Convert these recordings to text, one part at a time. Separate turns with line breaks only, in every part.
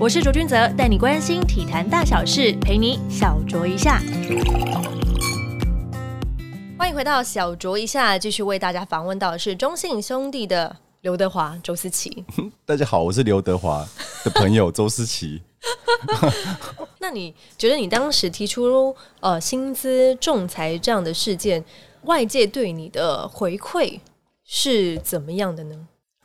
我是卓君泽，带你关心体坛大小事，陪你小酌一下。欢迎回到小酌一下，继续为大家访问到的是中信兄弟的刘德华、周思齐。
大家好，我是刘德华的朋 友周思齐。
那你觉得你当时提出呃薪资仲裁这样的事件，外界对你的回馈是怎么样的呢？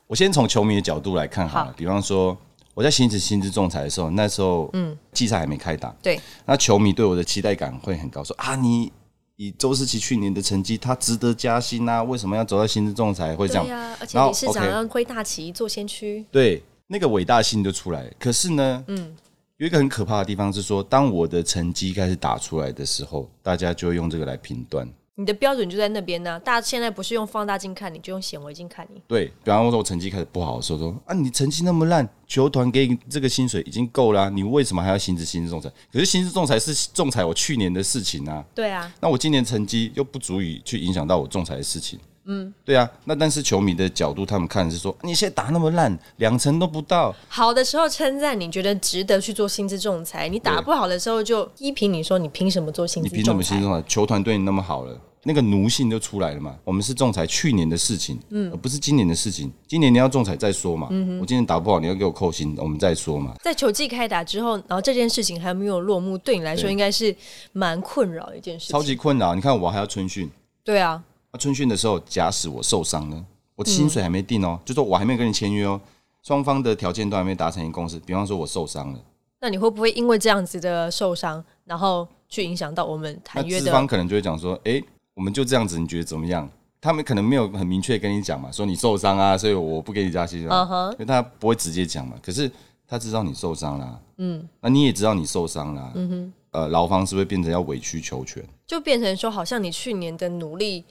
我先从球迷的角度来看哈
好，
比方说我在行使薪资仲裁的时候，那时候嗯，季赛还没开打，
对，
那球迷对我的期待感会很高，说啊，你以周思齐去年的成绩，他值得加薪啊，为什么要走到薪资仲裁？会这样，
对呀、而且
然后
你是
OK
想要挥大旗做先驱，
对，那个伟大性就出来了。可是呢，嗯，有一个很可怕的地方是说，当我的成绩开始打出来的时候，大家就会用这个来评断。
你的标准就在那边呢、大家现在不是用放大镜看你，就用显微镜看你。
对，比方说，我成绩开始不好的时候，说啊，你成绩那么烂，球团给你这个薪水已经够啦、你为什么还要行使薪资仲裁？可是薪资仲裁是仲裁我去年的事情啊，
对啊，
那我今年成绩又不足以去影响到我仲裁的事情。嗯，对啊，那但是球迷的角度，他们看的是说，你现在打那么烂，两成都不到，
好的时候称赞你觉得值得去做薪资仲裁，你打
对
不好的时候就批评你说你凭什么做薪
你
资
凭什
仲
么心
裁？
中啊？球团对你那么好了，那个奴性就出来了嘛。我们是仲裁去年的事情，
嗯
而不是今年的事情。今年你要仲裁再说嘛。我今年打不好，你要给我扣薪，我们再说嘛。
在球季开打之后，然后这件事情还没有落幕，对你来说
对
应该是蛮困扰的一件事
超
情。
级困扰，你看我还要春训，
对啊，
那春训的时候，假使我受伤呢，我的薪水还没定
嗯
哦，就说我还没有跟你签约哦，双方的条件都还没达成一个共识。比方说我受伤了，
那你会不会因为这样子的受伤，然后去影响到我们
那
谈约
资
的
方可能就会讲说，诶，我们就这样子，你觉得怎么样？他们可能没有很明确地跟你讲嘛，说你受伤啊，所以我不给你加薪啊
嗯哼
因为他不会直接讲嘛。可是他知道你受伤啦，嗯，那你也知道你受伤啦，嗯哼，呃，劳方是不是变成要委曲求全？
就变成说，好像你去年的努力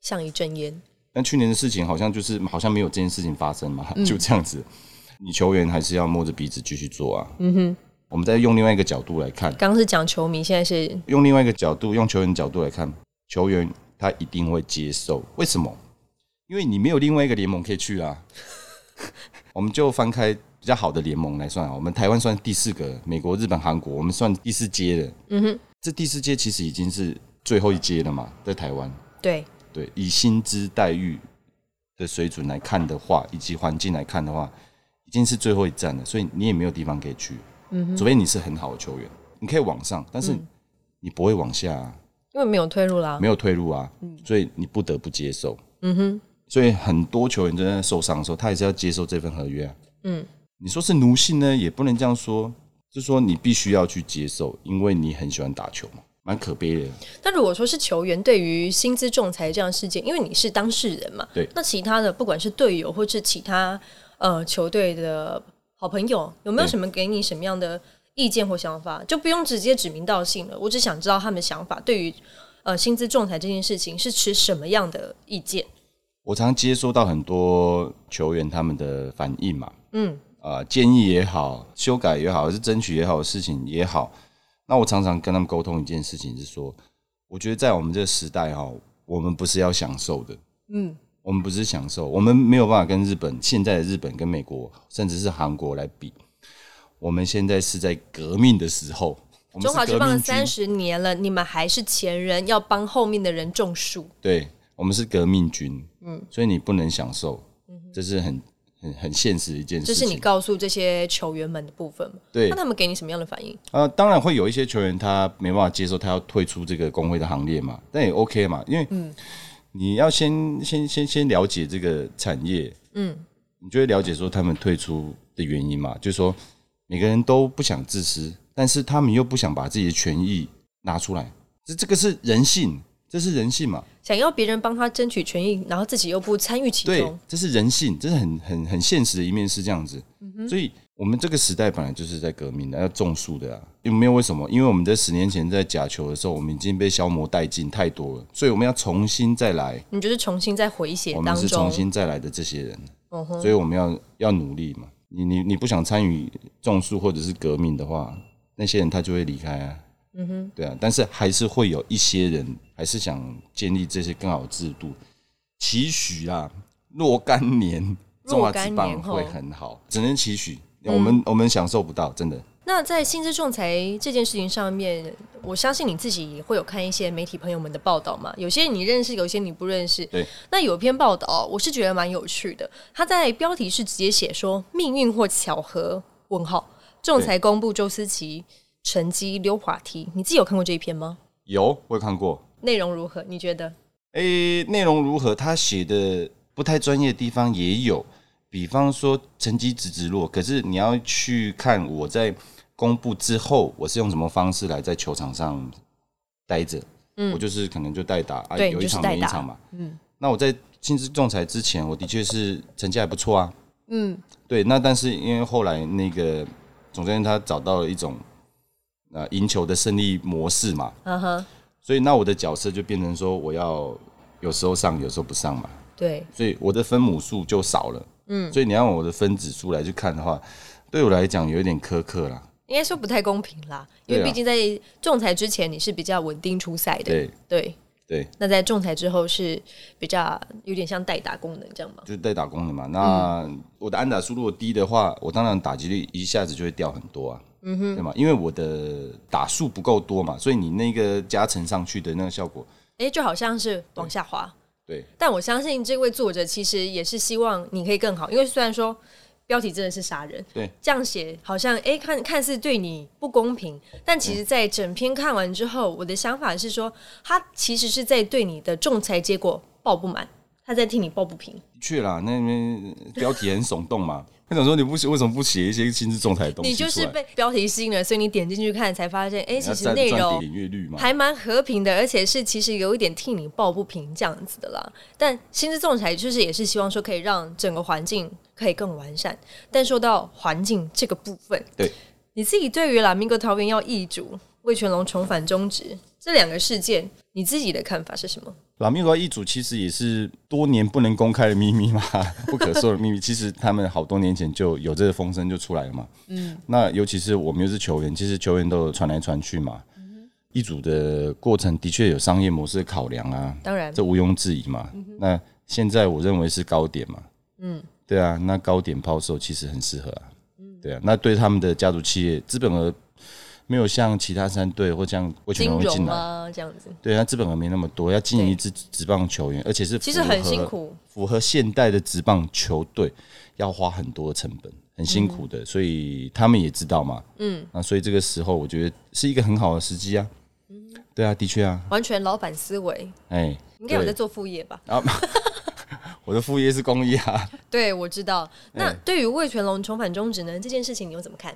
像一阵烟。
但去年的事情好像就是好像没有这件事情发生嘛， 就这样子。你球员还是要摸着鼻子继续做啊。嗯哼，我们再用另外一个角度来看，
刚刚是讲球迷，现在是
用另外一个角度，用球员的角度来看，球员他一定会接受。为什么？因为你没有另外一个联盟可以去啊。 我们就翻开比较好的联盟来算啊，我们台湾算第四个，美国、日本、韩国，我们算第四阶的。嗯哼，这第四阶其实已经是最后一阶了嘛，在台湾。
对
对，以薪资待遇的水准来看的话，以及环境来看的话，已经是最后一站了，所以你也没有地方可以去。嗯，除非你是很好的球员，你可以往上，但是你不会往下、啊，
因为没有退路啦、
没有退路啊，所以你不得不接受。嗯哼，所以很多球员真的受伤的时候，他也是要接受这份合约啊。
嗯，
你说是奴性呢，也不能这样说，就说你必须要去接受，因为你很喜欢打球嘛，蛮可悲的。
那如果说是球员对于薪资仲裁这样的事件，因为你是当事人嘛，
对
那其他的不管是队友或是其他呃球队的好朋友，有没有
对
什么给你什么样的意见或想法？就不用直接指名道姓了，我只想知道他们的想法对于呃薪资仲裁这件事情是持什么样的意见？
我常接收到很多球员他们的反应嘛，
嗯，
啊、建议也好，修改也好，还是争取也好，事情也好。那我常常跟他们沟通一件事情是说，我觉得在我们这个时代哈、我们不是要享受的，
嗯，
我们不是享受，我们没有办法跟日本现在的日本跟美国，甚至是韩国来比。我们现在是在革命的时候，我们
中
是
华
革
职棒
命
三
军，
十年了，你们还是前人，要帮后面的人种树。
对，我们是革命军，嗯，所以你不能享受，这是很很很现实的一件事
嗯这
情。
是你告诉这些球员们的部分吗
对
那他们给你什么样的反应？
呃，当然会有一些球员他没办法接受，他要退出这个工会的行列嘛，但也 OK 嘛，因为
嗯
你要先先先先了解这个产业，嗯，你就会了解说他们退出的原因嘛，就是说每个人都不想自私，但是他们又不想把自己的权益拿出来，这这个是人性，这是人性嘛，
想要别人帮他争取权益，然后自己又不参与其
对
中，，
这是人性，这是很很很现实的一面是这样子。
嗯
所以我们这个时代本来就是在革命的，要种树的啊。因为没有为什么？因为我们在十年前在假球的时候，我们已经被消磨殆尽太多了，所以我们要重新再来。
你就是重新在回血
我们
当
是重
中。
新再来的这些人，
嗯哼，
所以我们要要努力嘛。你你你不想参与种树或者是革命的话，那些人他就会离开啊。嗯哼，对啊，但是还是会有一些人还是想建立这些更好的制度，期许啊，若干年中
若
华
干
职
年
棒
后
会很好，只能期许。我们我们享受不到，真的。
那在薪资仲裁这件事情上面，我相信你自己也会有看一些媒体朋友们的报道嘛，有些你认识，有些你不认识。
对。
那有篇报道，我是觉得蛮有趣的，他在标题是直接写说“命运或巧合？”问号，仲裁公布周思琪成绩溜滑梯，你自己有看过这一篇吗？
有，我有看过。
内容如何？你觉得？
诶、内容如何？他写的不太专业的地方也有，比方说成绩直直落，可是你要去看我在公布之后，我是用什么方式来在球场上待着。我就是可能就代打啊，
嗯对
有
你就
一
是
场
代
没一
打
场嘛。嗯，那我在薪资仲裁之前，我的确是成绩还不错啊。嗯，对。那但是因为后来那个总教练他找到了一种呃赢球的胜利模式嘛，
嗯哼，
所以那我的角色就变成说，我要有时候上，有时候不上嘛，
对，
所以我的分母数就少了。嗯，所以你要用我的分子数来去看的话，对我来讲有一点苛刻啦。
应该说不太公平啦，因为
对啊
毕竟在仲裁之前你是比较稳定出赛的，
对
对。
对，
那在仲裁之后是比较有点像代打功能这样吗？
就是在打工的嘛。那
嗯
我的安打数如果低的话，我当然打击率一下子就会掉很多啊。嗯哼，对嘛，因为我的打数不够多嘛，所以你那个加成上去的那个效果，
诶，就好像是往下滑。
对
但我相信这位作者其实也是希望你可以更好，因为虽然说标题真的是杀人，
对，
这样写好像诶，看看似对你不公平，但其
嗯
实，在整篇看完之后，我的想法是说，他其实是在对你的仲裁结果抱不满，他在替你抱不平。
的确啦，那边标题很耸动嘛。他想说你不写，为什么不写一些薪资仲裁的东西
你就是
出来
被标题吸引了，所以你点进去看才发现，诶，
你要
其实
赚
内
赚
容
点阅率嘛？
还蛮和平的，而且是其实有一点替你抱不平这样子的啦。但薪资仲裁就是也是希望说可以让整个环境可以更完善。但说到环境这个部分，
对
你自己对于拉米戈桃园要易主、魏全龙重返中职这两个事件，你自己的看法是什么？
拉米瓜一组其实也是多年不能公开的秘密嘛， 不可说的秘密。其实他们好多年前就有这个风声就出来了嘛。嗯，那尤其是我们又是球员，其实球员都有传来传去嘛。一组的过程的确有商业模式的考量啊，
当然，
这毋庸置疑嘛。
嗯
那现在我认为是高点嘛，嗯，对啊，那高点抛售其实很适合啊，
嗯
对啊，那对他们的家族企业资本额没有像其他三队或像魏全
金
龙会进
融
来，
啊这样子，
对他资本额没那么多，要经营
对
一支职棒球员，而且是
其实
符
很
合
辛，苦。
符合现代的职棒球队要花很多的成本，很辛苦
嗯
的，所以他们也知道嘛，嗯，那所以这个时候我觉得是一个很好的时机啊，
嗯
对啊，的确啊，
完全老板思维，
哎，
应该有
对
在做副业吧？
我的副业是公益啊，
对，我知道。
嗯
那对于魏全龙重返中职呢这件事情，你又怎么看？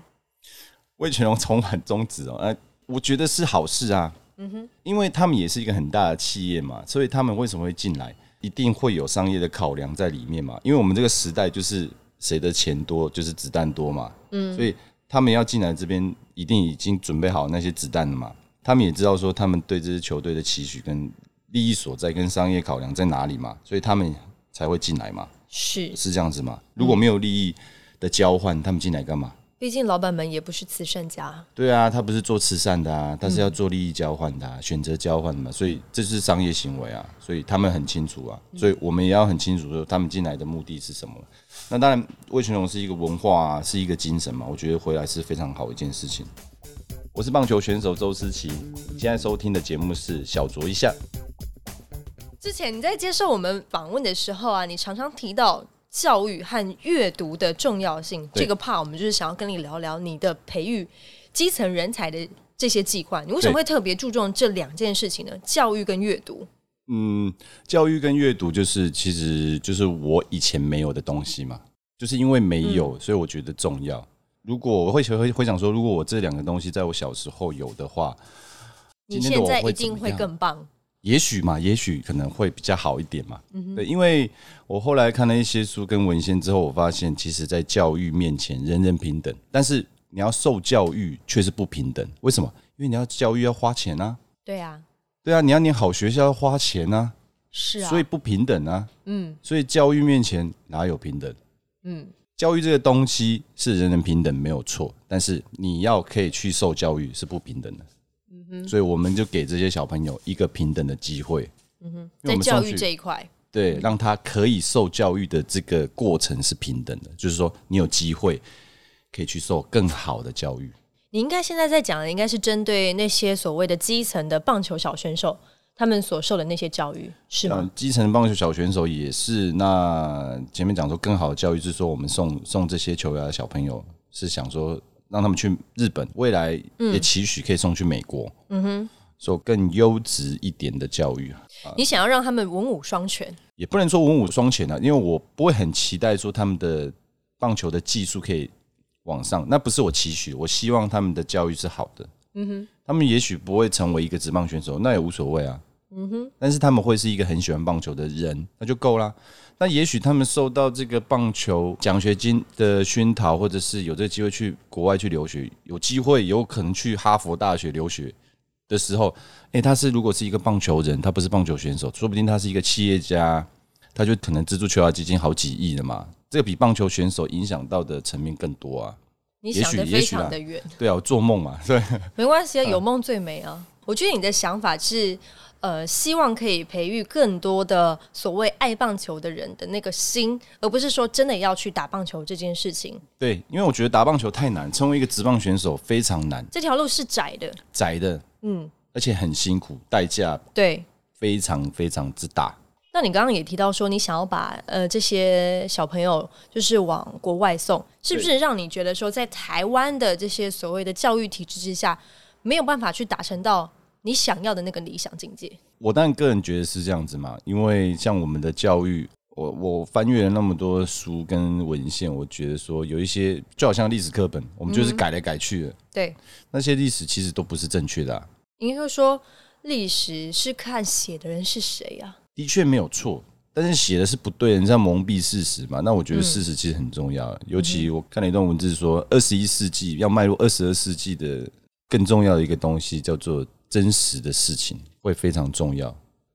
魏全龙重返中职哦，呃，我觉得是好事啊，嗯哼，因为他们也是一个很大的企业嘛，所以他们为什么会进来，一定会有商业的考量在里面嘛，因为我们这个时代就是谁的钱多就是子弹多嘛，嗯，所以他们要进来这边，一定已经准备好那些子弹了嘛，他们也知道说他们对这支球队的期许跟利益所在跟商业考量在哪里嘛，所以他们才会进来嘛，
是，
是这样子嘛，如果没有利益的交换，他们进来干嘛？
毕竟老板们也不是慈善家，
对啊，他不是做慈善的啊，他是要做利益交换的、啊，选择交换的嘛，所以这是商业行为啊，所以他们很清楚啊，所以我们也要很清楚说他们进来的目的是什么。那当然，魏全龙是一个文化、啊，是一个精神嘛，我觉得回来是非常好一件事情。我是棒球选手周思琪，你现在收听的节目是小酌一下。
之前你在接受我们访问的时候啊，你常常提到教育和阅读的重要性。
对
这个怕我们就是想要跟你聊聊你的培育基层人才的这些计划。你为什么
对
会特别注重这两件事情呢？教育跟阅读。
嗯，教育跟阅读就是其实就是我以前没有的东西嘛，就是因为没有，所以我觉得重要。如果我会会会想说，如果我这两个东西在我小时候有的话，
你
今天的
现
我
在一
会怎
定
么
会
样
更棒。
也许嘛，也许可能会比较好一点嘛。对，因为我后来看了一些书跟文献之后，我发现其实在教育面前人人平等，但是你要受教育却是不平等。为什么？因为你要教育要花钱啊，
对啊，
对啊，你要念好学校要花钱啊，
是啊，
所以不平等啊。
嗯
所以教育面前哪有平等？
嗯，
教育这个东西是人人平等没有错，但是你要可以去受教育是不平等的。
嗯
所以我们就给这些小朋友一个平等的机会。嗯哼，
在教育这一块，
对，让他可以受教育的这个过程是平等的，就是说你有机会可以去受更好的教育。
你应该现在在讲的，应该是针对那些所谓的基层的棒球小选手，他们所受的那些教育，是吗？
嗯，基层棒球小选手也是。那前面讲说更好的教育，是说我们送送这些球员的小朋友，是想说让他们去日本，未来也期许可以送去美国，
嗯哼，
做更优质一点的教育。
你想要让他们文武双全，
也不能说文武双全啊，因为我不会很期待说他们的棒球的技术可以往上，那不是我期许，我希望他们的教育是好的。
嗯哼，
他们也许不会成为一个职棒选手，那也无所谓啊。
嗯哼，
但是他们会是一个很喜欢棒球的人，那就够啦。那也许他们受到这个棒球奖学金的熏陶，或者是有这个机会去国外去留学，有机会有可能去哈佛大学留学的时候，诶、他是如果是一个棒球人，他不是棒球选手，说不定他是一个企业家，他就可能资助球啊员基金好几亿了嘛。这个比棒球选手影响到的层面更多啊。
你
也
想
许
的
也
非
许啦嗯
常的远，
对啊，我做梦嘛， 对，
没关系啊，有梦最美啊。我觉得你的想法是，呃，希望可以培育更多的所谓爱棒球的人的那个心，而不是说真的要去打棒球这件事情。
对，因为我觉得打棒球太难，成为一个职棒选手非常难，
这条路是窄的，
窄的，
嗯，
而且很辛苦，代价
对。
非常非常之大。
那你刚刚也提到说，你想要把呃这些小朋友就是往国外送，是不是让你觉得说，在台湾的这些所谓的教育体制之下，没有办法去达成到你想要的那个理想境界？
我当然个人觉得是这样子嘛，因为像我们的教育，我我翻阅了那么多书跟文献，我觉得说有一些就好像历史课本，我们就是改来改去的，
对，
那些历史其实都不是正确的、啊，
应该说历史是看写的人是谁啊。
的确没有错。但是写的是不对的，你在蒙蔽事实嘛？那我觉
嗯
得事实其实很重要，啊尤其我看了一段文字说，二十一世纪要迈入二十二世纪的更重要的一个东西叫做真实的事情，会非常重要。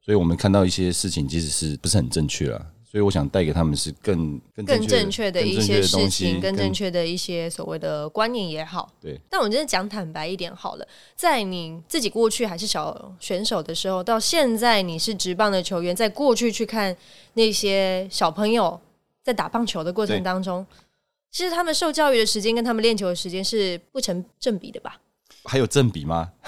所以我们看到一些事情，即使是不是很正确啊，所以我想带给他们是更更
更正确的
的
一
更正确
些
的
事
东
情，
西
更正确的一些所谓的观念也好。
对，
但我真的讲坦白一点好了，在你自己过去还是小选手的时候，到现在你是职棒的球员，在过去去看那些小朋友在打棒球的过程
对
当中，其实他们受教育的时间跟他们练球的时间是不成正比的吧？
还有正比吗？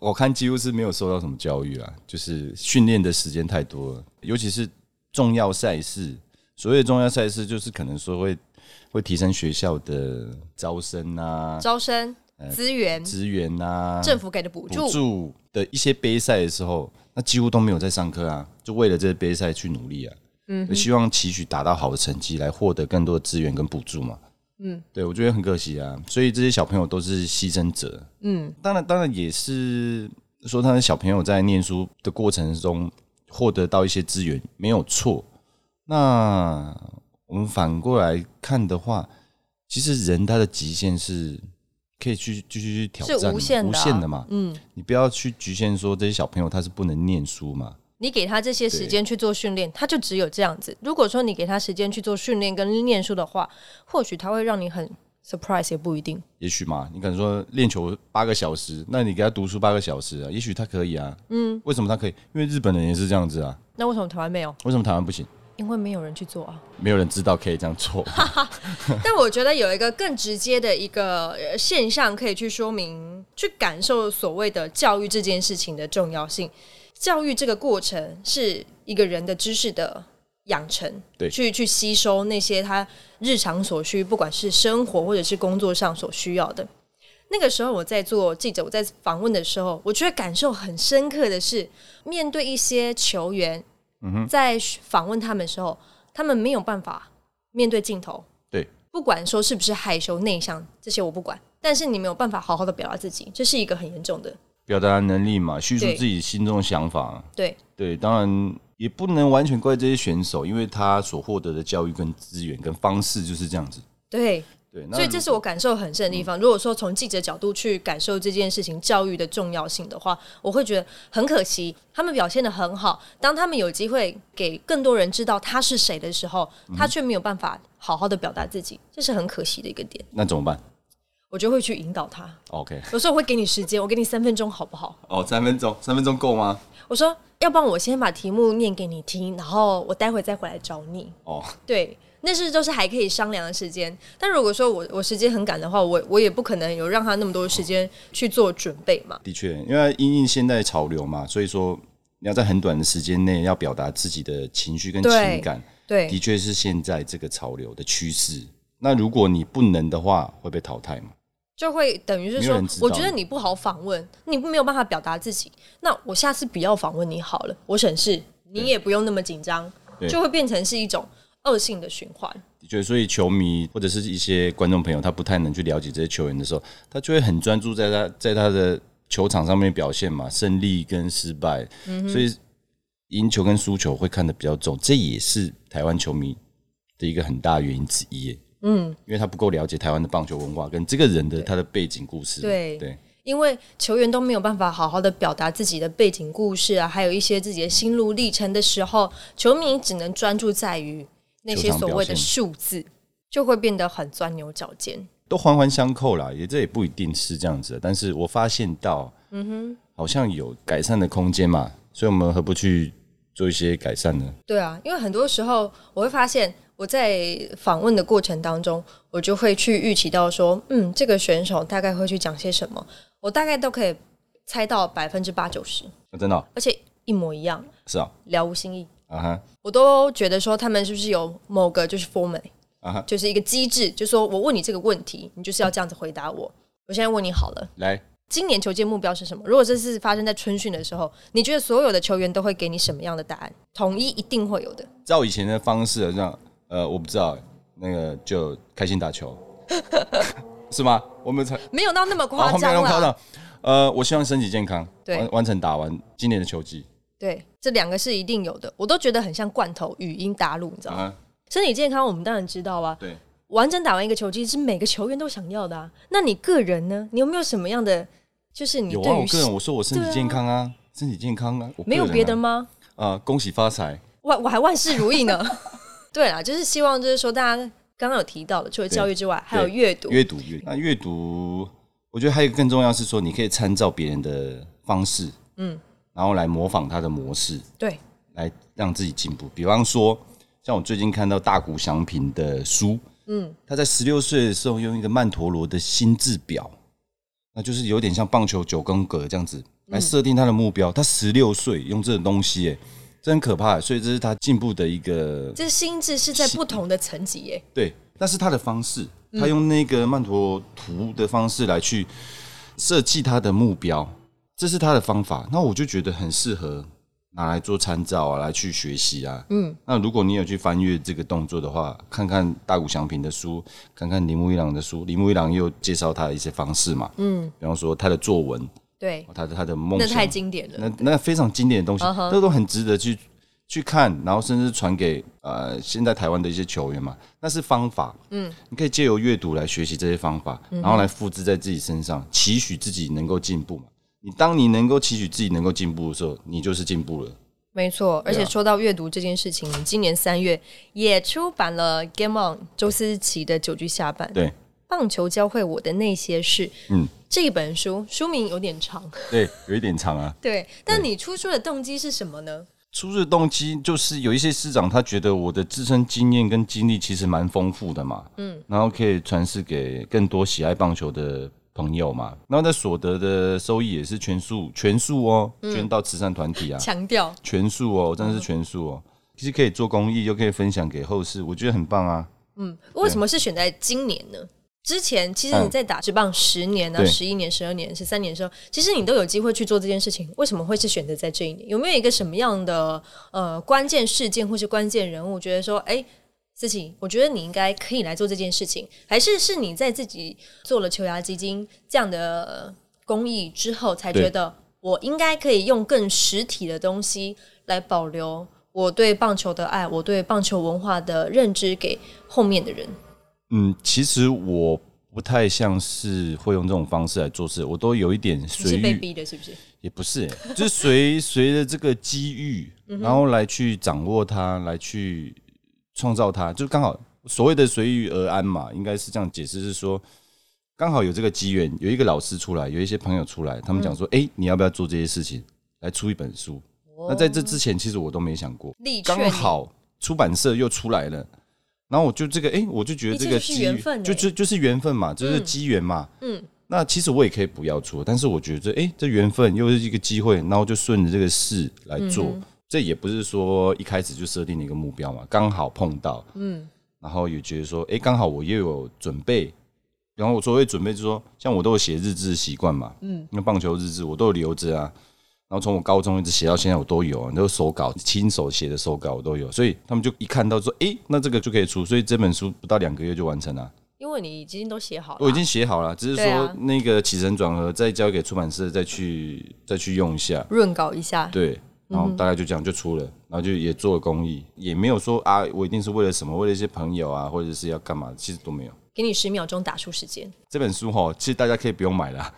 我看几乎是没有受到什么教育啊，就是训练的时间太多了，尤其是重要赛事。所谓的重要赛事，就是可能说会会提升学校的招生啊、
招生资源、
资源啊、
政府给的补
补
助，
助的一些杯赛的时候，那几乎都没有在上课啊，就为了这些杯赛去努力啊。嗯，希望期许达到好的成绩，来获得更多的资源跟补助嘛。
嗯，
对，我觉得很可惜啊。所以这些小朋友都是牺牲者。
嗯，
当然，当然也是说，他的小朋友在念书的过程中获得到一些资源，没有错。那我们反过来看的话，其实人他的极限是可以去继续去挑
是
战嘛，
无限的啊
无限的嘛。
嗯，
你不要去局限说这些小朋友他是不能念书嘛。
你给他这些时间去做训练，他就只有这样子。如果说你给他时间去做训练跟念书的话，或许他会让你很 surprise，也不一定。
也许嘛，你可能说练球八个小时，那你给他读书八个小时啊，也许他可以啊。嗯，为什么他可以？因为日本人也是这样子啊。
那为什么台湾没有？
为什么台湾不行？
因为没有人去做啊。
没有人知道可以这样 做。
但我觉得有一个更直接的一个呃现象可以去说明、去感受所谓的教育这件事情的重要性。教育这个过程是一个人的知识的养成，
对
去去吸收那些他日常所需，不管是生活或者是工作上所需要的。那个时候我在做记者，我在访问的时候，我觉得感受很深刻的是，面对一些球员，在访问他们的时候，他们没有办法面对镜头，
对，
不管说是不是害羞内向，这些我不管，但是你没有办法好好的表达自己，这是一个很严重的。
表达能力嘛，叙述
对
自己心中的想法。啊
对，
对，当然也不能完全怪这些选手，因为他所获得的教育跟资源跟方式就是这样子。
对，
对，那
所以这是我感受很深的地方。如果说从记者角度去感受这件事情教育的重要性的话，我会觉得很可惜，他们表现的很好，当他们有机会给更多人知道他是谁的时候，他却没有办法好好的表达自己，这是很可惜的一个点。
那怎么办
我就会去引导他，
？OK，
有时候我会给你时间，我给你三分钟好不好？
哦，三分钟，三分钟够吗？
我说，要不然我先把题目念给你听，然后我待会再回来找你。
哦，
对，那是都是还可以商量的时间。但如果说我我时间很赶的话，我我也不可能有让他那么多时间去做准备嘛。
的确，因为因应现代潮流嘛，所以说你要在很短的时间内要表达自己的情绪跟
对
情感，的
对，
确是现在这个潮流的趋势。那如果你不能的话，会被淘汰嘛？
就会等于是
没有
说
人知，道
我觉得你不好访问，你没有办法表达自己，那我下次不要访问你好了，我省事，你也不用那么紧张，
对
就会变成是一种恶性的循环。
的确，所以球迷或者是一些观众朋友，他不太能去了解这些球员的时候，他就会很专注在他在他的球场上面表现嘛，胜利跟失败，所以赢球跟输球会看得比较重，这也是台湾球迷的一个很大原因之一耶。嗯，因为他不够了解台湾的棒球文化跟这个人的他的背景故事。
对
对，
因为球员都没有办法好好的表达自己的背景故事啊，还有一些自己的心路历程的时候，球迷只能专注在于那些所谓的数字，就会变得很钻牛角尖。
都环环相扣啦，也这也不一定是这样子的，但是我发现到，嗯哼，好像有改善的空间嘛，所以我们何不去做一些改善呢？
对啊，因为很多时候我会发现，我在访问的过程当中，我就会去预期到说，嗯，这个选手大概会去讲些什么，我大概都可以猜到百分之八九十，
啊、真的哦、
而且一模一样，
是啊、
了无新意。
啊哈，
我都觉得说他们是不是有某个就是 format，、
啊哈
就是一个机制，就说我问你这个问题，你就是要这样子回答我。我现在问你好了，
来，
今年球界目标是什么？如果这次发生在春训的时候，你觉得所有的球员都会给你什么样的答案？统一一定会有的，
照以前的方式，这样，呃，我不知道，那个就开心 打球，是吗？我们才
没有到那么
好，
夸
后面
张
用夸
啦。
张。呃，我希望身体健康，
对
完完成打完今年的球季
对，这两个是一定有的，我都觉得很像罐头语音答录，你知道
啊
吗？
哈，
身体健康我们当然知道啊，
对，
完整打完一个球季是每个球员都想要的啊。那你个人呢？你有没有什么样的？就是你
有
对
啊，我
于
个人我说我身体健康啊，身体健康啊，我个
没有
人啊
别的吗？
啊，恭喜发财，
万我还万事如意呢。对啦，就是希望就是说大家刚刚有提到的，除了教育之外，还有阅读。
阅读阅读那阅读，我觉得还有一个更重要是说，你可以参照别人的方式，嗯，然后来模仿他的模式，
对，
来让自己进步。比方说，像我最近看到大谷翔平的书，嗯，他在十六岁的时候用一个曼陀罗的心智表，那就是有点像棒球九宫格这样子来设定他的目标。他十六岁用这种东西、欸，这很可怕欸、所以这是他进步的一个
这心智是在不同的层级耶。
对，那是他的方式，他用那个曼陀罗图的方式来去设计他的目标，这是他的方法。那我就觉得很适合拿来做参照啊，来去学习啊。嗯，那如果你有去翻阅这个动作的话，看看大谷翔平的书，看看铃木一朗的书，铃木一朗也有介绍他的一些方式嘛。嗯，比方说他的作文，哦
对，
他的他的嗯梦
那
想，啊
太经典了。
那那非常经典的东西，那都很值得去去看，然后甚至传给呃现在台湾的一些球员嘛，那是方法。嗯，你可以借由阅读来学习这些方法，然后来复制在自己身上，期许自己能够进步嘛。你当你能够期许自己能够进步的时候，你就是进步了。
没错，而
啊
且说到阅读这件事情，今年三月也出版了《Game On》周思齐的《九局下半》。
对，
棒球教会我的那些事。
嗯，
这本书书名有点 长，
对，有一点长啊。
对。但你出书的动机是什么呢？
出入动机就是有一些师长，他觉得我的自身经验跟经历其实蛮丰富的嘛，嗯，然后可以传示给更多喜爱棒球的朋友嘛，然后那所得的收益也是全数全数哦，
嗯
捐到慈善 团体啊，
强调
全数哦，真的是全数哦，其实可以做公益，又可以分享给后世，我觉得很棒啊。
为什么是选在今年呢？之前其实
嗯
你在打职棒十年啊、
对
十一年、十二年、十三年的时候，其实你都有机会去做这件事情，为什么会是选择在这一年？有没有一个什么样的呃关键事件或是关键人物，觉得说，哎、思琪，我觉得你应该可以来做这件事情，还是是你在自己做了球牙基金这样的、呃公益之后，才
对
觉得我应该可以用更实体的东西来保留我对棒球的爱，我对棒球文化的认知给后面的人。
嗯，其实我不太像是会用这种方式来做事，我都有一点
你
随
是被
遇
逼的，是不是？
也不是、欸，就是随随着这个机遇，然后来去掌握它，来去创造它，就刚好所谓的随遇而安嘛，应该是这样解释，是说刚好有这个机缘，有一个老师出来，有一些朋友出来，他们讲说，哎、你要不要做这些事情，来出一本书？那在这之前，其实我都没想过，
力劝
刚
你
好出版社又出来了，然后我就这个，哎、我就觉得这个
一切就是
机
缘分欸
就就就是缘分嘛，就是机缘嘛。嗯，那其实我也可以不要做，但是我觉得这，哎、这缘分又是一个机会，然后就顺着这个事来做。
嗯
这也不是说一开始就设定了一个目标嘛，刚好碰到，嗯，然后也觉得说，哎、刚好我又有准备。然后我所谓准备，就是说，像我都有写日志的习惯嘛，嗯，那棒球日志我都有留着啊。然后从我高中一直写到现在，我都有啊，都是手稿，亲手写的手稿我都有，所以他们就一看到说，诶，那这个就可以出，所以这本书不到两个月就完成了。啊
因为你已经都写好了，啊
我已经写好了，只是
对
说
啊
那个起承转合再交给出版社再去再去用一下，
润稿一下，
对，然
嗯
后大概就这样就出了，然后就也做了公益，也没有说啊，我一定是为了什么，为了一些朋友啊，或者是要干嘛，其实都没有。
给你十秒钟打出时 间。
这本书哈，其实大家可以不用买啦，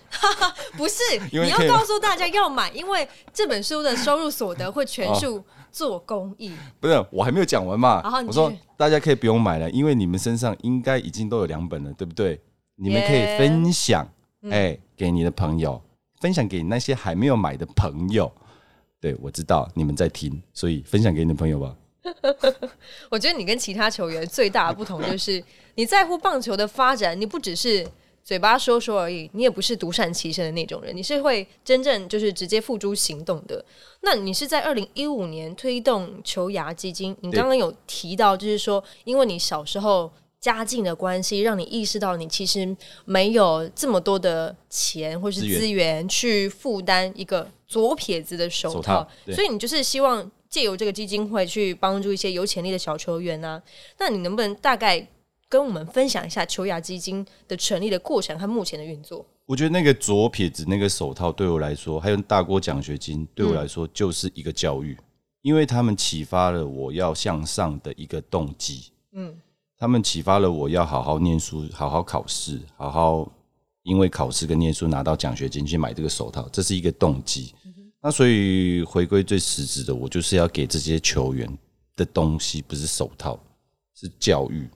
不是，
因为
你要
可以
告诉大家要买，因为这本书的收入所得会全
哦
数做公益。
不是，我还没有讲完嘛。
好好你
我
继续
说大家可以不用买了，因为你们身上应该已经都有两本了，对不对？你们可以分享，哎、给你的朋友，分享给那些还没有买的朋友。对，我知道你们在听，所以分享给你的朋友吧。
我觉得你跟其他球员最大的不同就是，你在乎棒球的发展，你不只是嘴巴说说而已，你也不是独善其身的那种人，你是会真正就是直接付诸行动的。那你是在二零一五年推动球牙基金，你
对
刚刚有提到，就是说，因为你小时候。家境的关系，让你意识到你其实没有这么多的钱或是
资源
资源去负担一个左撇子的手
手
套，
套对
所以你就是希望借由这个基金会去帮助一些有潜力的小球员啊。那你能不能大概跟我们分享一下球牙基金的成立的过程和目前的运作？
我觉得那个左撇子那个手套对我来说，还有大锅奖学金对我来说就是一个教育，因为他们启发了我要向上的一个动机。嗯，他们启发了我要好好念书，好好考试，好好因为考试跟念书拿到奖学金去买这个手套，这是一个动机。那所以回归最实质的，我就是要给这些球员的东西，不是手套，是教育。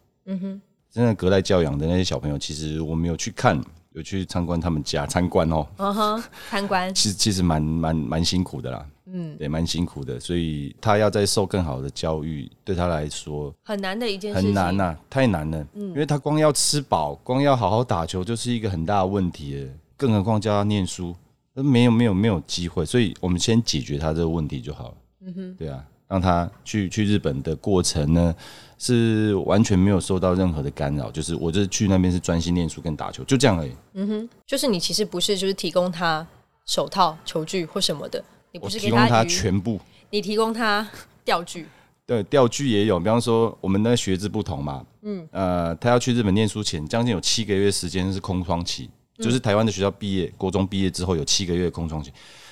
真的隔代教养的那些小朋友，其实我们有去看，有去参观他们家参观哦，
嗯哼，参观
其实其实蛮蛮蛮辛苦的啦，嗯，对，蛮辛苦的，所以他要再受更好的教育，对他来说
很难的一件事情，嗯
很难呐、啊太难了，因为他光要吃饱，光要好好打球，就是一个很大的问题了，更何况教他念书，那没有没有没有机会，所以我们先解决他这个问题就好了，嗯哼，对啊，让他去去日本的过程呢，是完全没有受到任何的干扰，就是我这去那边是专心念书跟打球，就这样而已，
就是你其实不是就是提供他手套、球具或什么的，你
我
不是
提
给
供他
鱼，
全部。
你提供他钓具。
对，钓具也有，比方说我们那个学制不同嘛，嗯，呃，他要去日本念书前，将近有七个月时间是空窗期，
嗯
就是台湾的学校毕业，国中毕业之后有七个月的空窗期。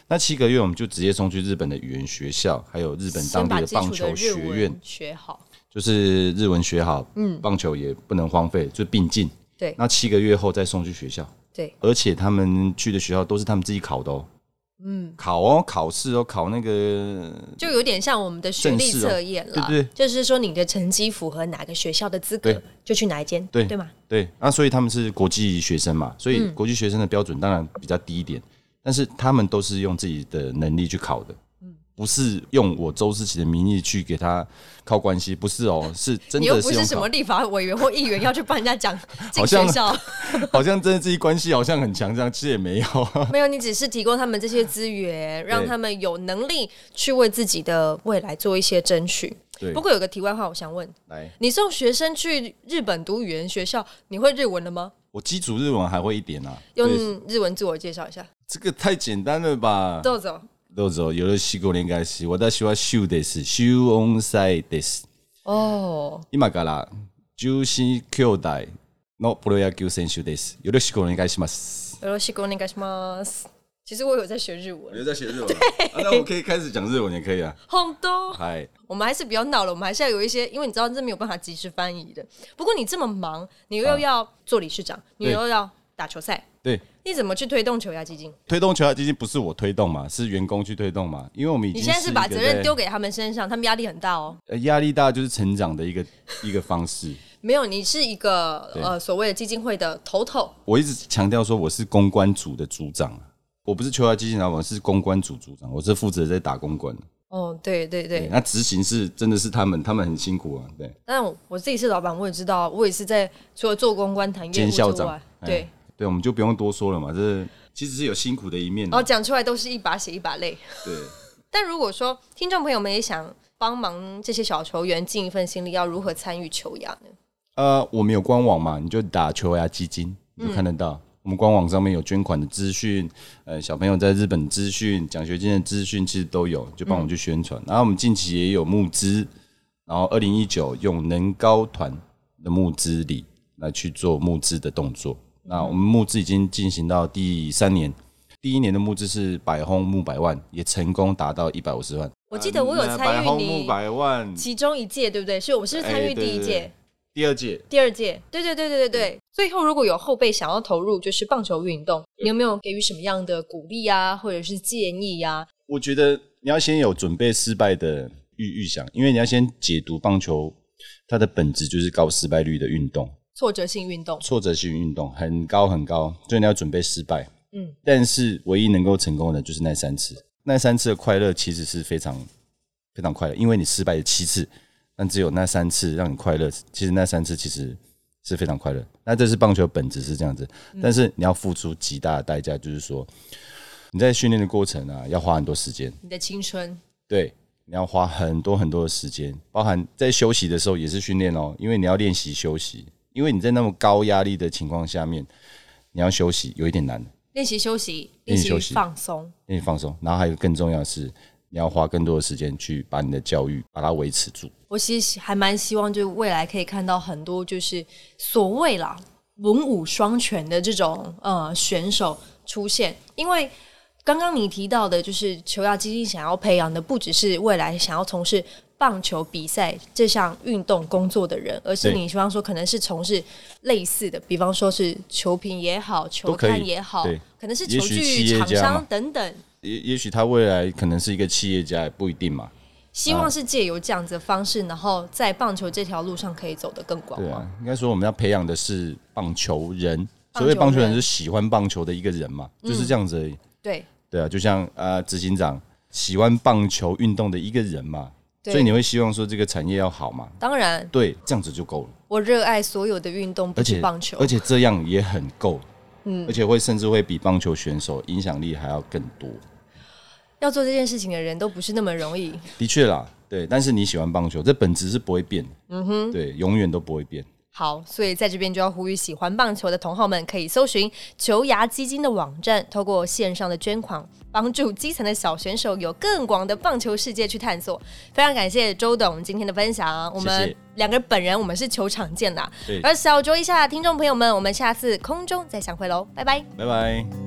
那七个月我们就直接送去日本的语言学校，还有日本当
先把
地的
基
棒
础的
球
日
学院
文，学好，
就是日文学好，嗯，棒球也不能荒废，就并进。
对
那七个月后再送去学校，
对，
而且他们去的学校都是他们自己考的哦，嗯，考哦，考试哦，考那个
就有点像我们的学历
正式哦
测验了，
对对
就是说你的成绩符合哪个学校的资格
对，
就去哪一间，
对
对吗？
对，那所以他们是国际学生嘛，所
嗯
以国际学生的标准当然比较低一点，但是他们都是用自己的能力去考的，
嗯
不是用我周思琪的名义去给他靠关系，不是哦，是真
你又
的
不
是用
是什么
考，
立法委员或议员要去帮人家讲进
好像
学校，
好像真的自己关系好像很强这样，其实也没有，
没有，你只是提供他们这些资源，让他们有能力去为自己的未来做一些争取。
对
不，过有个题外话，我想问，
来，
你送学生去日本读语言学校，你会日文了吗？
我基础日文还会一点啊，
用
对，
日文自我介绍一下，
这个太简单了吧？
豆总，
豆子哦，有的西国应该是，我在喜欢 show this show on side this。
哦，
今から14兄弟のプロ野球選手です。よろしくお願いします。
よろしくお願いします。其实我有在学日文，
留在写日 文，啊那我可以开始讲日文也可以啊。
好多。
嗨，
我们还是不要闹了，我们还是要有一些，因为你知道这没有办法及时翻译的。不过你这么忙，你又
啊
要做理事长，你
对
又要打球赛，
对，
你怎么去推动球牙基金？
推动球啊票基金不是我推动嘛，是员工去推动嘛，因为我们已
你
经
现在是
是
把
一个
责任
在
丢给他们身上，他们压力很大哦。
呃压力大就是成长的 一个一个方式。
没有，你是一个
对
呃所谓的基金会的头头，
我一直强调说我是公啊关组的组长啊，我不是球票基金老板，我是公关组组长，我是负责在打公关的。
哦，对对对
对，那执行是真的是他们，他们很辛苦啊，对，
但我我自己是老板，我也知道，我也是在除了做公关谈业务
兼
之
校长
外，，对
哎，对，我们就不用多说了嘛，这其实是有辛苦的一面
然后
的，
讲出来都是一把血一把泪。
对，
但如果说听众朋友们也想帮忙这些小球员尽一份心力，要如何参与球牙呢？
呃，我们有官网嘛，你就打球牙基金，
嗯
你就看得到。我们官网上面有捐款的资讯，呃，小朋友在日本资讯、奖学金的资讯，其实都有，就帮我们去宣传。然后我们近期也有募资，然后二零一九用能高团的募资里来去做募资的动作。那我们募资已经进行到第三年，第一年的募资是百轰募百万，也成功达到一百五十万。
我记得我有参
嗯百
与
轰募
你
百万，
其中一届，对不对？是我们是不是参与
哎
第
对
一
对
届、
对第二届
第二届？哎对对对对对对。最后，如果有后辈想要投入就是棒球运动，你有没有给予什么样的鼓励啊，或者是建议啊？
我觉得你要先有准备失败的预预想，因为你要先解读棒球它的本质就是高失败率的运动，
挫折性运动，
挫折性运动很高很高，所以你要准备失败。
嗯，
但是唯一能够成功的就是那三次，那三次的快乐其实是非常非常快乐，因为你失败了七次，但只有那三次让你快乐。其实那三次其实是非常快乐。那这是棒球本质是这样子，但是你要付出极大的代价，就是说你在训练的过程啊，要花很多时间。
你的青春，
对，你要花很多很多的时间，包含在休息的时候也是训练哦，因为你要练习休息，因为你在那么高压力的情况下面，你要休息有一点难，
练习休息，
练
练
习
习
休息
放松。
练习放松，然后还有更重要的是，你要花更多的时间去把你的教育把它维持住。
我其实还蛮希望，就是未来可以看到很多就是所谓啦文武双全的这种呃选手出现，因为刚刚你提到的，就是球亚基金想要培养的不只是未来想要从事棒球比赛这项运动工作的人，而是
对
你希望说可能是从事类似的，比方说是球评也好，球
都可以
探也好
对，
可能是球
也许企
具
业
厂
家嘛
商等等，
也也许他未来可能是一个企业家，也不一定嘛。
希
嗯
望是借由这样子的方式，然后在棒球这条路上可以走得更广
对
嘛。
啊，应该说我们要培养的是棒球人，
球
所谓棒球人嗯
人
是喜欢棒球的一个人嘛，就是这样子而已。
对，
对啊，就像呃，执行长喜欢棒球运动的一个人嘛，
对
所以你会希望说这个产业要好嘛？
当然，
对，这样子就够了，
我热爱所有的运动，不
而
止
且
棒球
而。且这样也很够，嗯，而且会甚至会比棒球选手影响力还要更多。
要做这件事情的人都不是那么容易。
的确啦，对，但是你喜欢棒球，这本质是不会变的，嗯哼，对，永远都不会变。
好，所以在这边就要呼吁喜欢棒球的同好们，可以搜寻球牙基金的网站，透过线上的捐款，帮助基层的小选手有更广的棒球世界去探索。非常感谢周董今天的分享，我
谢
们
谢
两个本人我们是球场见啦
对。
而小酌一下的听众朋友们，我们下次空中再相会喽，拜拜。
拜拜。